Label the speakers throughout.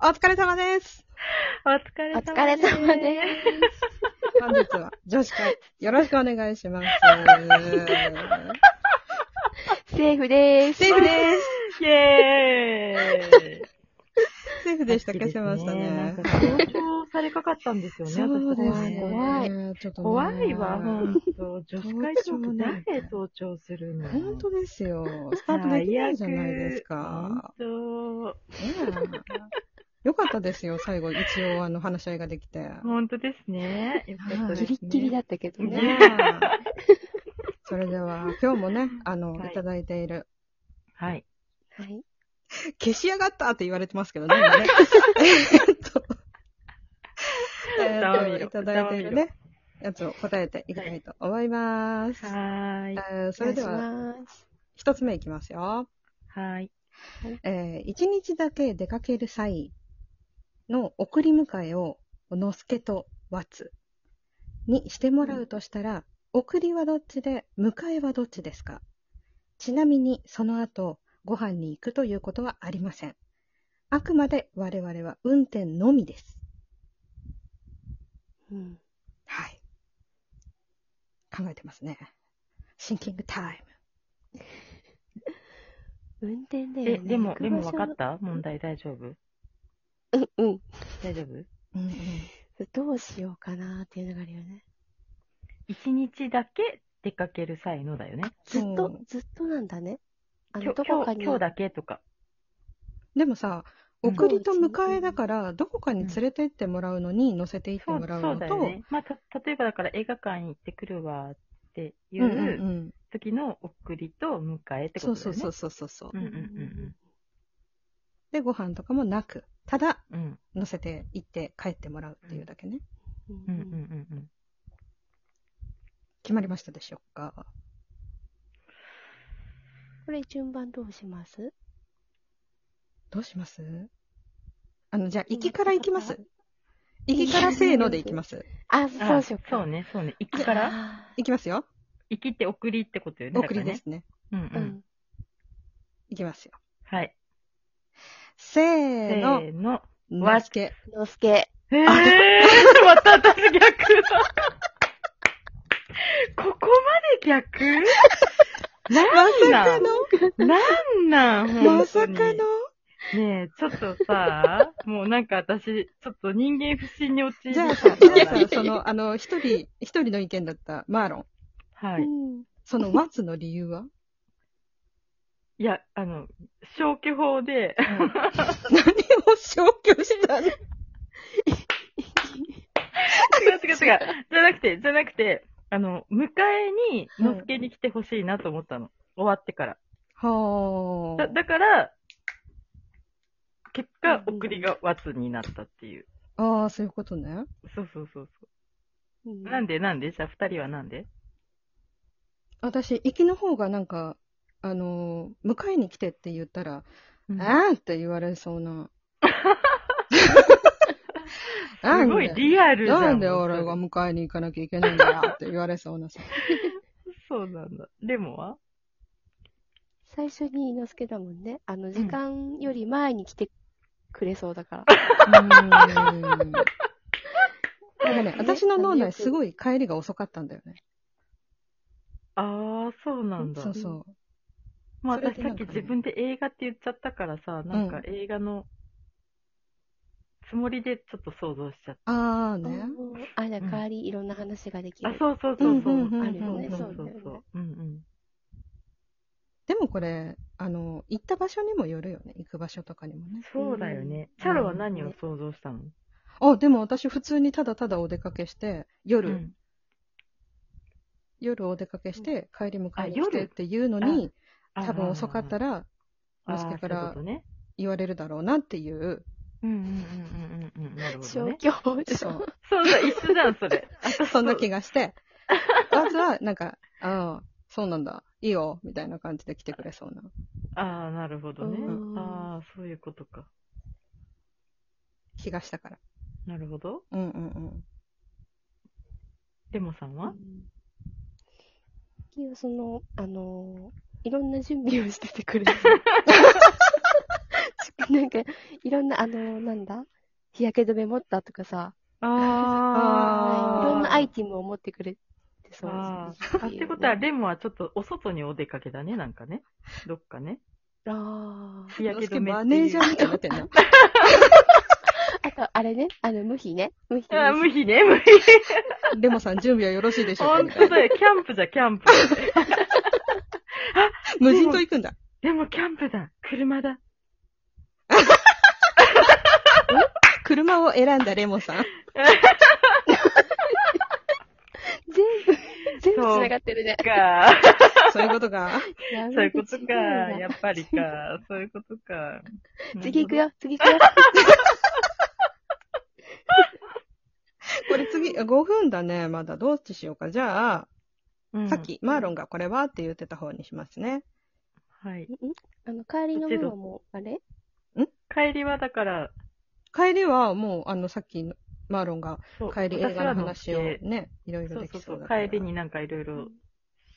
Speaker 1: お疲れ様です。
Speaker 2: お疲れ様です。
Speaker 3: お疲れ様で
Speaker 1: 本日は女子会、よろしくお願いし ます。
Speaker 3: セーフでーす。
Speaker 1: セーフです。
Speaker 2: す。イェーイ。
Speaker 1: セーフ でした、消せました
Speaker 2: なん
Speaker 1: ね
Speaker 2: か。強調されかかったんですよね、
Speaker 1: そう
Speaker 2: 私
Speaker 1: で
Speaker 2: た
Speaker 1: す
Speaker 2: ち
Speaker 1: ね。
Speaker 2: ね。
Speaker 3: 怖い
Speaker 1: ちょっとね
Speaker 2: 怖いわ、ほんと。女子会トーク
Speaker 1: なん
Speaker 2: 誰
Speaker 1: か
Speaker 2: 登場するの
Speaker 1: 本当ですよ。スタートできないじゃないですか。
Speaker 2: 最悪ほんと
Speaker 1: ねえよかったですよ、最後。一応、あの、話し合いができて。
Speaker 2: 本当ですね。よかったです
Speaker 3: ギ
Speaker 2: ね。
Speaker 3: リッギリだったけど
Speaker 1: ねえ
Speaker 3: ね。
Speaker 1: それでは、今日もね、あの、
Speaker 2: はい
Speaker 1: いただいている、
Speaker 2: はい。
Speaker 3: はい。
Speaker 1: 消しやがったって言われてますけどね、今ね。えーっと、え
Speaker 2: 歌わん
Speaker 1: ーっ
Speaker 2: よ
Speaker 1: と、いただいているね、やつを答えていきたいと思います。
Speaker 2: はー
Speaker 1: え
Speaker 2: い。
Speaker 1: ーそれで
Speaker 3: お
Speaker 1: は、
Speaker 3: 願いします
Speaker 1: 一つ目いきますよ。
Speaker 2: はい。
Speaker 1: えー一日だけ出かける際の送り迎えを、のすけとわつにしてもらうとしたら、送りはどっちで、迎えはどっちですかちなみに、その後、ご飯に行くということはありません。あくまで我々は運転のみです。
Speaker 3: うん
Speaker 1: はい。考えてますね。シンキングタイ
Speaker 3: 運転だよね。
Speaker 2: え、でも、でも分かっ
Speaker 3: った
Speaker 2: 問題大丈夫
Speaker 3: た。うんうん。
Speaker 2: 大丈夫
Speaker 1: ム。うんうん、
Speaker 3: どうしようかなーっていうのがあるよね。
Speaker 2: 一日だけ出かける際のだよね。
Speaker 3: ずっ
Speaker 1: そ
Speaker 3: と
Speaker 1: う、
Speaker 3: ずっとなんだね。あ
Speaker 2: 今
Speaker 3: の、
Speaker 2: 日
Speaker 3: どこかに。
Speaker 2: 今日だけとか。
Speaker 1: でもさ、
Speaker 2: うん
Speaker 1: 送りと迎えだから、どこかに連れて行ってもらうのに乗せて行って
Speaker 2: そう
Speaker 1: もらうの
Speaker 2: そうだ
Speaker 1: と、
Speaker 2: よね。まあ、た例えばだから映画館行ってくるわってい
Speaker 1: うんうんう
Speaker 2: うん時の送りと迎えって
Speaker 1: そ
Speaker 2: こ
Speaker 1: う
Speaker 2: とだよ
Speaker 1: そうそ
Speaker 2: ね。
Speaker 1: うそうそうそう
Speaker 2: うんうんうん
Speaker 1: でご飯とかもなくただ
Speaker 2: うん。うん
Speaker 1: 乗せて行って帰ってもらうっていうだけね、
Speaker 3: うん
Speaker 2: うう
Speaker 3: うん
Speaker 2: んんうんうん。
Speaker 1: 決まりましたでしょうか
Speaker 3: これ順番どうします
Speaker 1: どうしますあのじゃあ行きから行きます行きからせーので行きます
Speaker 3: あ、
Speaker 2: あ
Speaker 3: そうしよう
Speaker 2: そう
Speaker 3: ね。
Speaker 2: ね、そうね。行きから
Speaker 3: あ
Speaker 1: 行きますよ
Speaker 2: 行きって送りってことよね。
Speaker 1: 送りです
Speaker 2: だ
Speaker 1: ね
Speaker 2: からね。
Speaker 3: ー
Speaker 2: う
Speaker 3: う
Speaker 2: う
Speaker 3: ん
Speaker 2: ん。
Speaker 3: ん。
Speaker 1: 行きますよ
Speaker 2: はい。
Speaker 1: せー
Speaker 2: せ
Speaker 1: の
Speaker 2: ー の。
Speaker 1: のすけ
Speaker 3: のすけ。
Speaker 2: えー、また私 逆だ。ここまで逆な
Speaker 1: まさ
Speaker 2: ん
Speaker 1: か
Speaker 2: なん
Speaker 1: の
Speaker 2: なんなん本当に
Speaker 1: まさかの
Speaker 2: ねえ、ちょっとさ、もうなんか私、ちょっと人間不信に陥 り
Speaker 1: じゃ
Speaker 2: ま
Speaker 1: あ
Speaker 2: した
Speaker 1: さ
Speaker 2: ね
Speaker 1: じゃあさそのあの一人一人の意見だったマーロン
Speaker 2: は
Speaker 3: う
Speaker 2: い。
Speaker 3: ん。
Speaker 1: その「わつ」の理由は、
Speaker 2: いや、あの、消去法で、
Speaker 1: 何を消去したの
Speaker 2: 違う違う違う。 じゃなくて、じゃなくて、あの、迎えに、のすけに来てほしいなと思ったの。終わってから。
Speaker 1: は
Speaker 2: だだから、結果、
Speaker 3: うん
Speaker 2: 送りがわつになったっていう。
Speaker 1: あ。ああ、そういうことね。
Speaker 2: そうそうそうそ
Speaker 3: うん
Speaker 2: う。なんでなんでじゃあ二人はなんで
Speaker 1: 私、行きの方がなんか、あのー迎えに来てって言ったら、
Speaker 2: うん
Speaker 1: あーって言われそう な。
Speaker 2: すごいリアルじゃん。
Speaker 1: なんで
Speaker 2: もう
Speaker 1: 俺が
Speaker 2: それ
Speaker 1: 迎えに行かなきゃいけないんだよって言われそう なさ。
Speaker 2: そうなんだ。レモンは
Speaker 3: 最初にのすけだもんね。あの、時間より前に来てくれそうだから。
Speaker 1: うーんなんかね、私の脳内すごい帰りが遅かったんだよね。
Speaker 2: ああ、そうなんだ。
Speaker 1: そうそう。
Speaker 2: まあ
Speaker 1: それ
Speaker 2: 私
Speaker 1: で
Speaker 2: さ
Speaker 1: な
Speaker 2: っ
Speaker 1: んか
Speaker 2: き
Speaker 1: ね
Speaker 2: 自分で映画って言っちゃったからさ、なんか映画のつもりでちょっと想像しちゃっ
Speaker 1: あーね。
Speaker 3: うんあ、じゃあ代わりいろんな話ができ
Speaker 2: た。
Speaker 3: る。
Speaker 2: あ、そうそうそうそう。
Speaker 1: うんうんうんうん
Speaker 2: あるよね。
Speaker 3: そ
Speaker 2: そうう
Speaker 3: だ
Speaker 2: そ
Speaker 3: よね
Speaker 2: うそう。うん
Speaker 1: でもこれ、あの、行った場所にもよるよね。行く場所とかにも
Speaker 2: う
Speaker 1: ね
Speaker 2: ん。。そうだよね。チャロは何を想像したの
Speaker 1: あ、でも私普通にただただお出かけして、夜、
Speaker 2: うん
Speaker 1: 夜お出かけして、帰り迎えに
Speaker 2: あ
Speaker 1: 来て
Speaker 2: 夜
Speaker 1: っていうのに、
Speaker 2: あ
Speaker 1: 多分遅かったら
Speaker 2: あー
Speaker 1: のすけから
Speaker 2: そういうことね。
Speaker 1: 言われるだろうなっていう。
Speaker 2: うんうんうんうんうんうん。なるほど
Speaker 3: 消
Speaker 2: ね。
Speaker 3: 去法でし
Speaker 1: そ
Speaker 3: ょ。
Speaker 1: う。
Speaker 2: そうだ、一緒じゃん、それ。
Speaker 1: そんな気がして。まずは、なんか、ああ、そうなんだ。いいよ。みたいな感じで来てくれそうな。
Speaker 2: ああ、なるほどね
Speaker 3: う。ん
Speaker 2: ああ、そういうことか。
Speaker 1: 気がしたから。
Speaker 2: なるほど。
Speaker 1: うんうんうん。
Speaker 2: レモさんは
Speaker 3: いや、そ の、あのーいろんな準備をしててくれる。なんか、いろんな、あの、なんだ日焼け止め持ったとかさ、
Speaker 1: あー
Speaker 3: いろんなアイ
Speaker 2: テ
Speaker 3: テムを持ってくれてそう
Speaker 2: あ
Speaker 3: ですね。
Speaker 2: ム。ってことは、レモンはちょっとお外にお出かけだね、なんかね。どっかね。
Speaker 3: あー
Speaker 2: 日焼け止めっていう。
Speaker 1: マネージャーみたいになってんな。
Speaker 3: あと、あれね、あの、無比ね。無比。
Speaker 2: あー、無比ね、無比。
Speaker 1: レモさん準備はよろしいでしょうか
Speaker 2: ほん
Speaker 1: みた
Speaker 2: と
Speaker 1: いな
Speaker 2: だよ、キャンプじゃ、キャンプ。
Speaker 1: 無人島行くんだ。
Speaker 2: でも、キャンプだ。車だ。
Speaker 1: 車を選んだレモさん。
Speaker 3: 全部、全部
Speaker 2: そう
Speaker 3: 繋がってるね。
Speaker 2: か
Speaker 1: そういうことが。
Speaker 3: や
Speaker 2: そうい
Speaker 3: め
Speaker 2: う
Speaker 3: て
Speaker 2: ことか。
Speaker 3: 違う
Speaker 2: や
Speaker 3: わ
Speaker 2: っ ぱりか。そういうことか。
Speaker 3: 次行くよ、次行くよ。
Speaker 1: これ次、5分だね。まだどっちしようか。じゃあ、
Speaker 2: うん。
Speaker 1: さっき、マーロンがこれはって言ってた方にしますね。
Speaker 2: はい。
Speaker 3: あの、帰りの分はもう、あれ
Speaker 2: 帰りはだから、
Speaker 1: 帰りはもう、あの、さっきの、マーロンが
Speaker 2: そう
Speaker 1: 帰り映画の話を
Speaker 2: 私は乗って
Speaker 1: ね、いろい
Speaker 2: そ
Speaker 1: ろ
Speaker 2: う
Speaker 1: で
Speaker 2: そ
Speaker 1: き
Speaker 2: う
Speaker 1: そ
Speaker 2: そうう
Speaker 1: だ。から。
Speaker 2: 帰りになんかいろいろ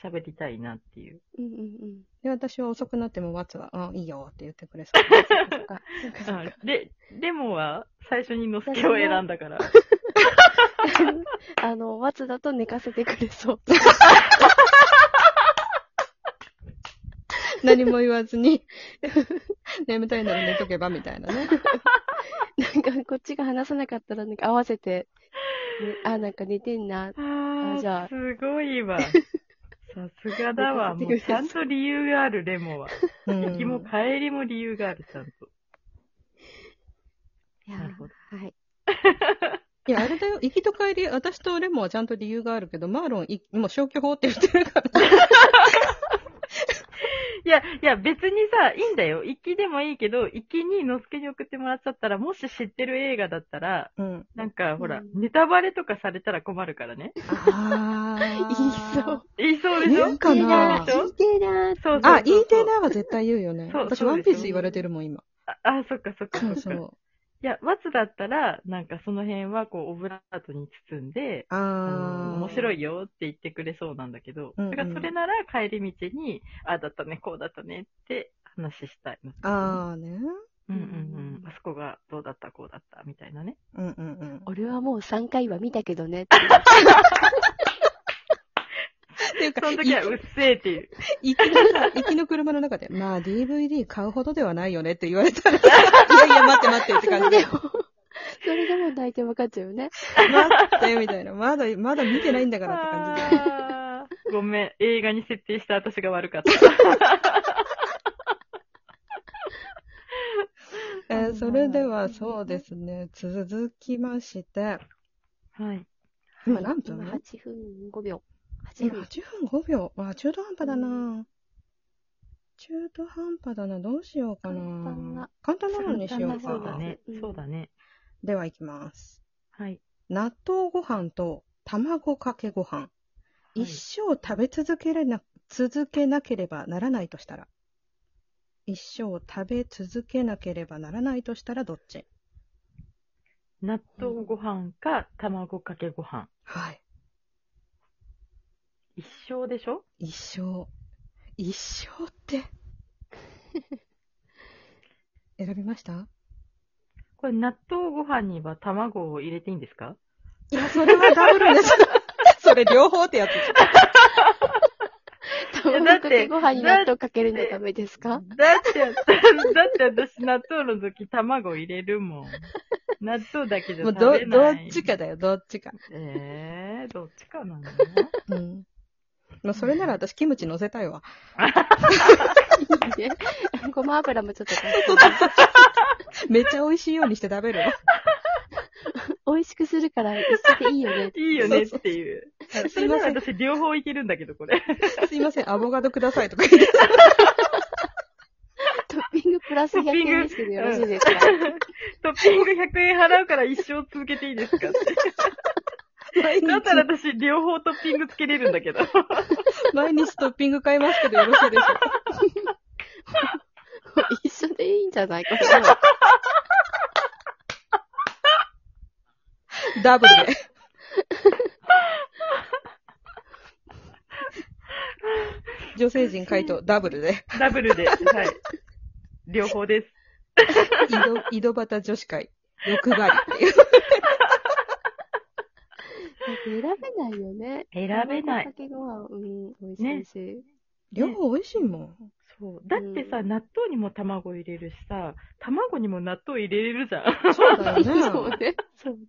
Speaker 2: 喋りたいなって いう。
Speaker 3: うんうん
Speaker 1: で、私は遅くなっても、ワッツは、うん、いいよって言ってくれそう。
Speaker 3: うん。そっか、そっか、そっか。
Speaker 2: で、レモンは最初にのすけを選んだから。
Speaker 3: あの、松だと寝かせてくれそう。
Speaker 1: 何も言わずに、 眠たいなら寝とけばみたいなね。
Speaker 3: なんか、こっちが話さなかったら、なんか合わせて、ねあ、なんか寝てんな。
Speaker 2: あ
Speaker 3: あじゃあ
Speaker 2: すごい わ。さすがだわ。もうちゃんと理由がある、レモンは。
Speaker 1: う
Speaker 2: 行きも
Speaker 1: ん。
Speaker 2: 帰りも理由がある、ちゃんと。
Speaker 3: いや
Speaker 2: なるほど
Speaker 3: ー、はい。
Speaker 1: いや、あれだよ。行きと帰り、私とレモンはちゃんと理由があるけど、マーロン、いもう消去法って言ってるから。
Speaker 2: いや、いや、別にさ、いいんだよ。行きでもいいけど、行きにのすけに送ってもらっちゃったら、もし知ってる映画だったら、
Speaker 1: うん。
Speaker 2: なんか、ほら、
Speaker 3: うん
Speaker 2: ネタバレとかされたら困るからね。
Speaker 1: あ
Speaker 3: 言いそう。。
Speaker 2: 言いそうでしょ
Speaker 1: 言うかな
Speaker 2: 言いそうでしょ
Speaker 3: 聞いてーなー。
Speaker 2: そうそうそうそう
Speaker 1: あ、言いてえなは絶対言うよね。
Speaker 2: そう
Speaker 1: 私、
Speaker 2: そう
Speaker 1: ワン
Speaker 2: です
Speaker 1: ピース言われてるもん、今。
Speaker 2: あ、あそっかそっか
Speaker 1: そ
Speaker 2: そっ
Speaker 1: う
Speaker 2: か。
Speaker 1: そう。
Speaker 2: いや、松だったら、なんかその辺は、こう、オブラートに包んで、あ
Speaker 1: あー。
Speaker 2: の面白
Speaker 1: い。
Speaker 2: いよって言ってくれそうなんだけど、
Speaker 1: うんうん
Speaker 2: だからそれなら帰り道に、ああだったね、こうだったねって話したいの。
Speaker 1: あーね。
Speaker 2: うんうんうん。あそこがどうだった、こうだった、みたいなね。
Speaker 1: うんうんうん。
Speaker 3: 俺はもう3回は見たけどね。
Speaker 1: っていうか、
Speaker 2: その時は、うっせえっていう。
Speaker 1: 行きのさ、行きの車の中で、まあ DVD 買うほどではないよねって言われたら、い やいや、待って待ってって
Speaker 3: そ
Speaker 1: 感じ
Speaker 3: れ
Speaker 1: で
Speaker 3: で、も、それでもう大体わかっちゃうよね。
Speaker 1: 待ってみたいな、まだ、まだ見てないんだからって感じで。
Speaker 2: あーごめん、映画に設定した私が悪かった。
Speaker 1: えーそれでは、そうですね、続きまして、
Speaker 2: はい。
Speaker 1: 今何分
Speaker 3: 今 ?8 分5秒。8
Speaker 1: 今
Speaker 3: 分。
Speaker 1: 8分5秒。あ、中途半端だな中途半端だな。どうしようか
Speaker 3: 簡単
Speaker 1: な
Speaker 3: な。
Speaker 1: 簡単なのにしよ
Speaker 2: 簡
Speaker 1: う
Speaker 2: 単なそうだ
Speaker 1: か。
Speaker 2: ね
Speaker 3: う。ん
Speaker 2: そうだね。
Speaker 1: では行きます。
Speaker 2: はい。
Speaker 1: 納豆ご飯と卵かけご飯。一生食べ続けれな、続けなければならないとしたら。一生食べ続けなければならないとしたらどっち
Speaker 2: 納豆ご飯か卵かけご飯。
Speaker 1: はい。
Speaker 2: 一生でしょ
Speaker 1: 一生。一生 って。選びました
Speaker 2: これ納豆ご飯には卵を入れていいんですか
Speaker 1: いや、それはダブル です。それ両方ってやつ。
Speaker 3: 卵
Speaker 2: だっ
Speaker 3: か
Speaker 2: て
Speaker 3: けご飯に納豆かけるのダメです
Speaker 2: だっ
Speaker 3: か
Speaker 2: て、 だって私納豆の時卵入れるもん。納豆だけじゃ
Speaker 1: もう
Speaker 2: 食
Speaker 1: ど
Speaker 2: べ、
Speaker 1: ど
Speaker 2: な
Speaker 1: っ
Speaker 2: い。
Speaker 1: ち。かだよ、どっちか。
Speaker 2: えー、どっちか なの
Speaker 1: うん。まあ、それなら私キムチ乗せたいわ。
Speaker 3: いいね。 ごま油もちょっとかけて
Speaker 1: めっちゃ美味しいようにして食べるわ。
Speaker 3: 美味しくするから一緒でいいよね。
Speaker 2: いいよねっていう。そ
Speaker 1: す
Speaker 2: れ
Speaker 1: いま
Speaker 2: なら
Speaker 1: せん、
Speaker 2: 私両方いけるんだけど、これ。
Speaker 1: すいません、アボカドくださいとか言って。
Speaker 3: トッピングプラス100円ですけどよろしいですか
Speaker 2: トッピング100円払うから一生続けていいですかって。だったら私両方トッピングつけれるんだけど。
Speaker 1: 毎日トッピング買いますけどよろしいでしょうか。
Speaker 3: 一緒でいいんじゃないか
Speaker 1: ダブ ルで。女性陣回答ダブルで。
Speaker 2: ダブルで。はい。両方です。
Speaker 1: 井戸井戸端女子会、欲張りっていう。
Speaker 3: 選べないよね。
Speaker 2: 選べない
Speaker 3: 卵かけご飯、うん、美味しいし。
Speaker 1: 両方美味しいも ん。
Speaker 2: そう。だってさ、
Speaker 3: うん
Speaker 2: 納豆にも卵入れるしさ、卵にも納豆入れれるじゃん。
Speaker 1: そうだ
Speaker 3: そう
Speaker 1: よね。
Speaker 3: ね。そうね。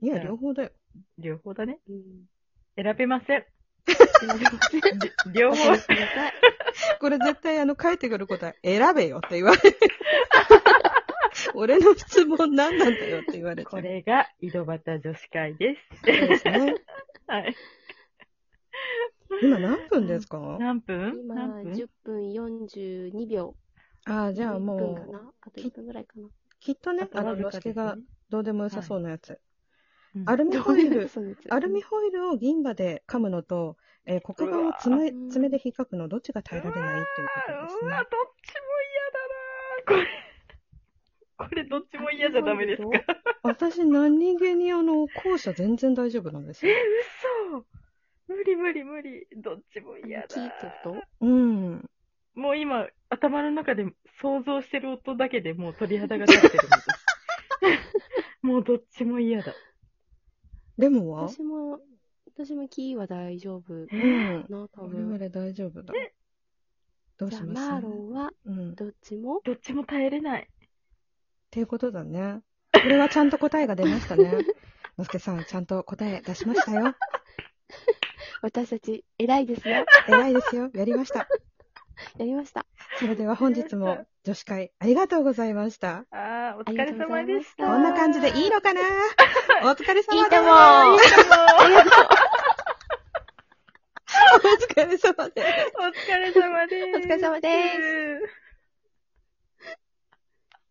Speaker 1: いや、両方だよ。
Speaker 2: 両方だね。
Speaker 3: うん。
Speaker 2: 選べません。
Speaker 3: 選べません
Speaker 2: り 両
Speaker 3: お
Speaker 2: 方
Speaker 3: 話し。ください
Speaker 1: これ絶対あの、帰ってくることは、選べよって言われる。俺の質問何なんだよって言われちゃ
Speaker 2: こ
Speaker 1: う。
Speaker 2: れが井戸端女子会です。
Speaker 1: そうですね。
Speaker 2: はい。
Speaker 1: 今何分ですか
Speaker 2: 何分
Speaker 3: 今、
Speaker 2: 何分
Speaker 3: 10分42秒。
Speaker 1: ああ、じゃあ
Speaker 3: 1
Speaker 1: も
Speaker 3: 分か
Speaker 1: う、
Speaker 3: なあと1分ぐらいかな。
Speaker 1: きっとね、あの、
Speaker 2: わず
Speaker 1: のす
Speaker 2: かですね
Speaker 1: けがどうでも良さそうなやつ。
Speaker 2: うん
Speaker 1: アルミホイル、
Speaker 3: そうです
Speaker 1: アルミホイルを銀歯で噛むのと、えー黒板を爪爪で引っかくのどっちが耐えられないっていうことです
Speaker 2: う
Speaker 1: ね
Speaker 2: わ、どっ。ちも嫌だなぁこれ、これ どっちも嫌じゃダメですか
Speaker 3: アルミ
Speaker 1: 私何気にあの、後者全然大丈夫なんですよ。
Speaker 2: 嘘無理無理無理。どっちも嫌だ
Speaker 3: キーってこと
Speaker 1: うん。
Speaker 2: もう今、頭の中で想像してる音だけでもう鳥肌が立ってる みたい。 もうどっちも嫌だ。
Speaker 1: レモンは
Speaker 3: 私も、私もキーは大丈夫
Speaker 1: う
Speaker 3: か
Speaker 1: ん。
Speaker 3: な、多
Speaker 1: 我
Speaker 3: 分。
Speaker 1: 々大丈夫だ。どう
Speaker 3: じゃ
Speaker 1: し
Speaker 3: あ、
Speaker 1: ます
Speaker 3: マーロンは
Speaker 1: うん。っ
Speaker 3: どっちも
Speaker 2: どっちも耐えれない。
Speaker 1: ていうことだね。これはちゃんと答えが出ました ね。のすけさん、ちゃんと答え出しましたよ。
Speaker 3: 私たち偉いですよ。
Speaker 1: 偉いですよ。やりました。
Speaker 3: やりました。
Speaker 1: それでは本日も女子会ありがとうございました。
Speaker 2: ああ、お疲れ様でした。
Speaker 1: こんな感じでいいの かなお疲れ様
Speaker 3: いいと
Speaker 1: で
Speaker 3: も
Speaker 1: も
Speaker 2: いいとも
Speaker 1: お疲れ様です。
Speaker 2: お疲れ様です。。
Speaker 3: お疲れ様です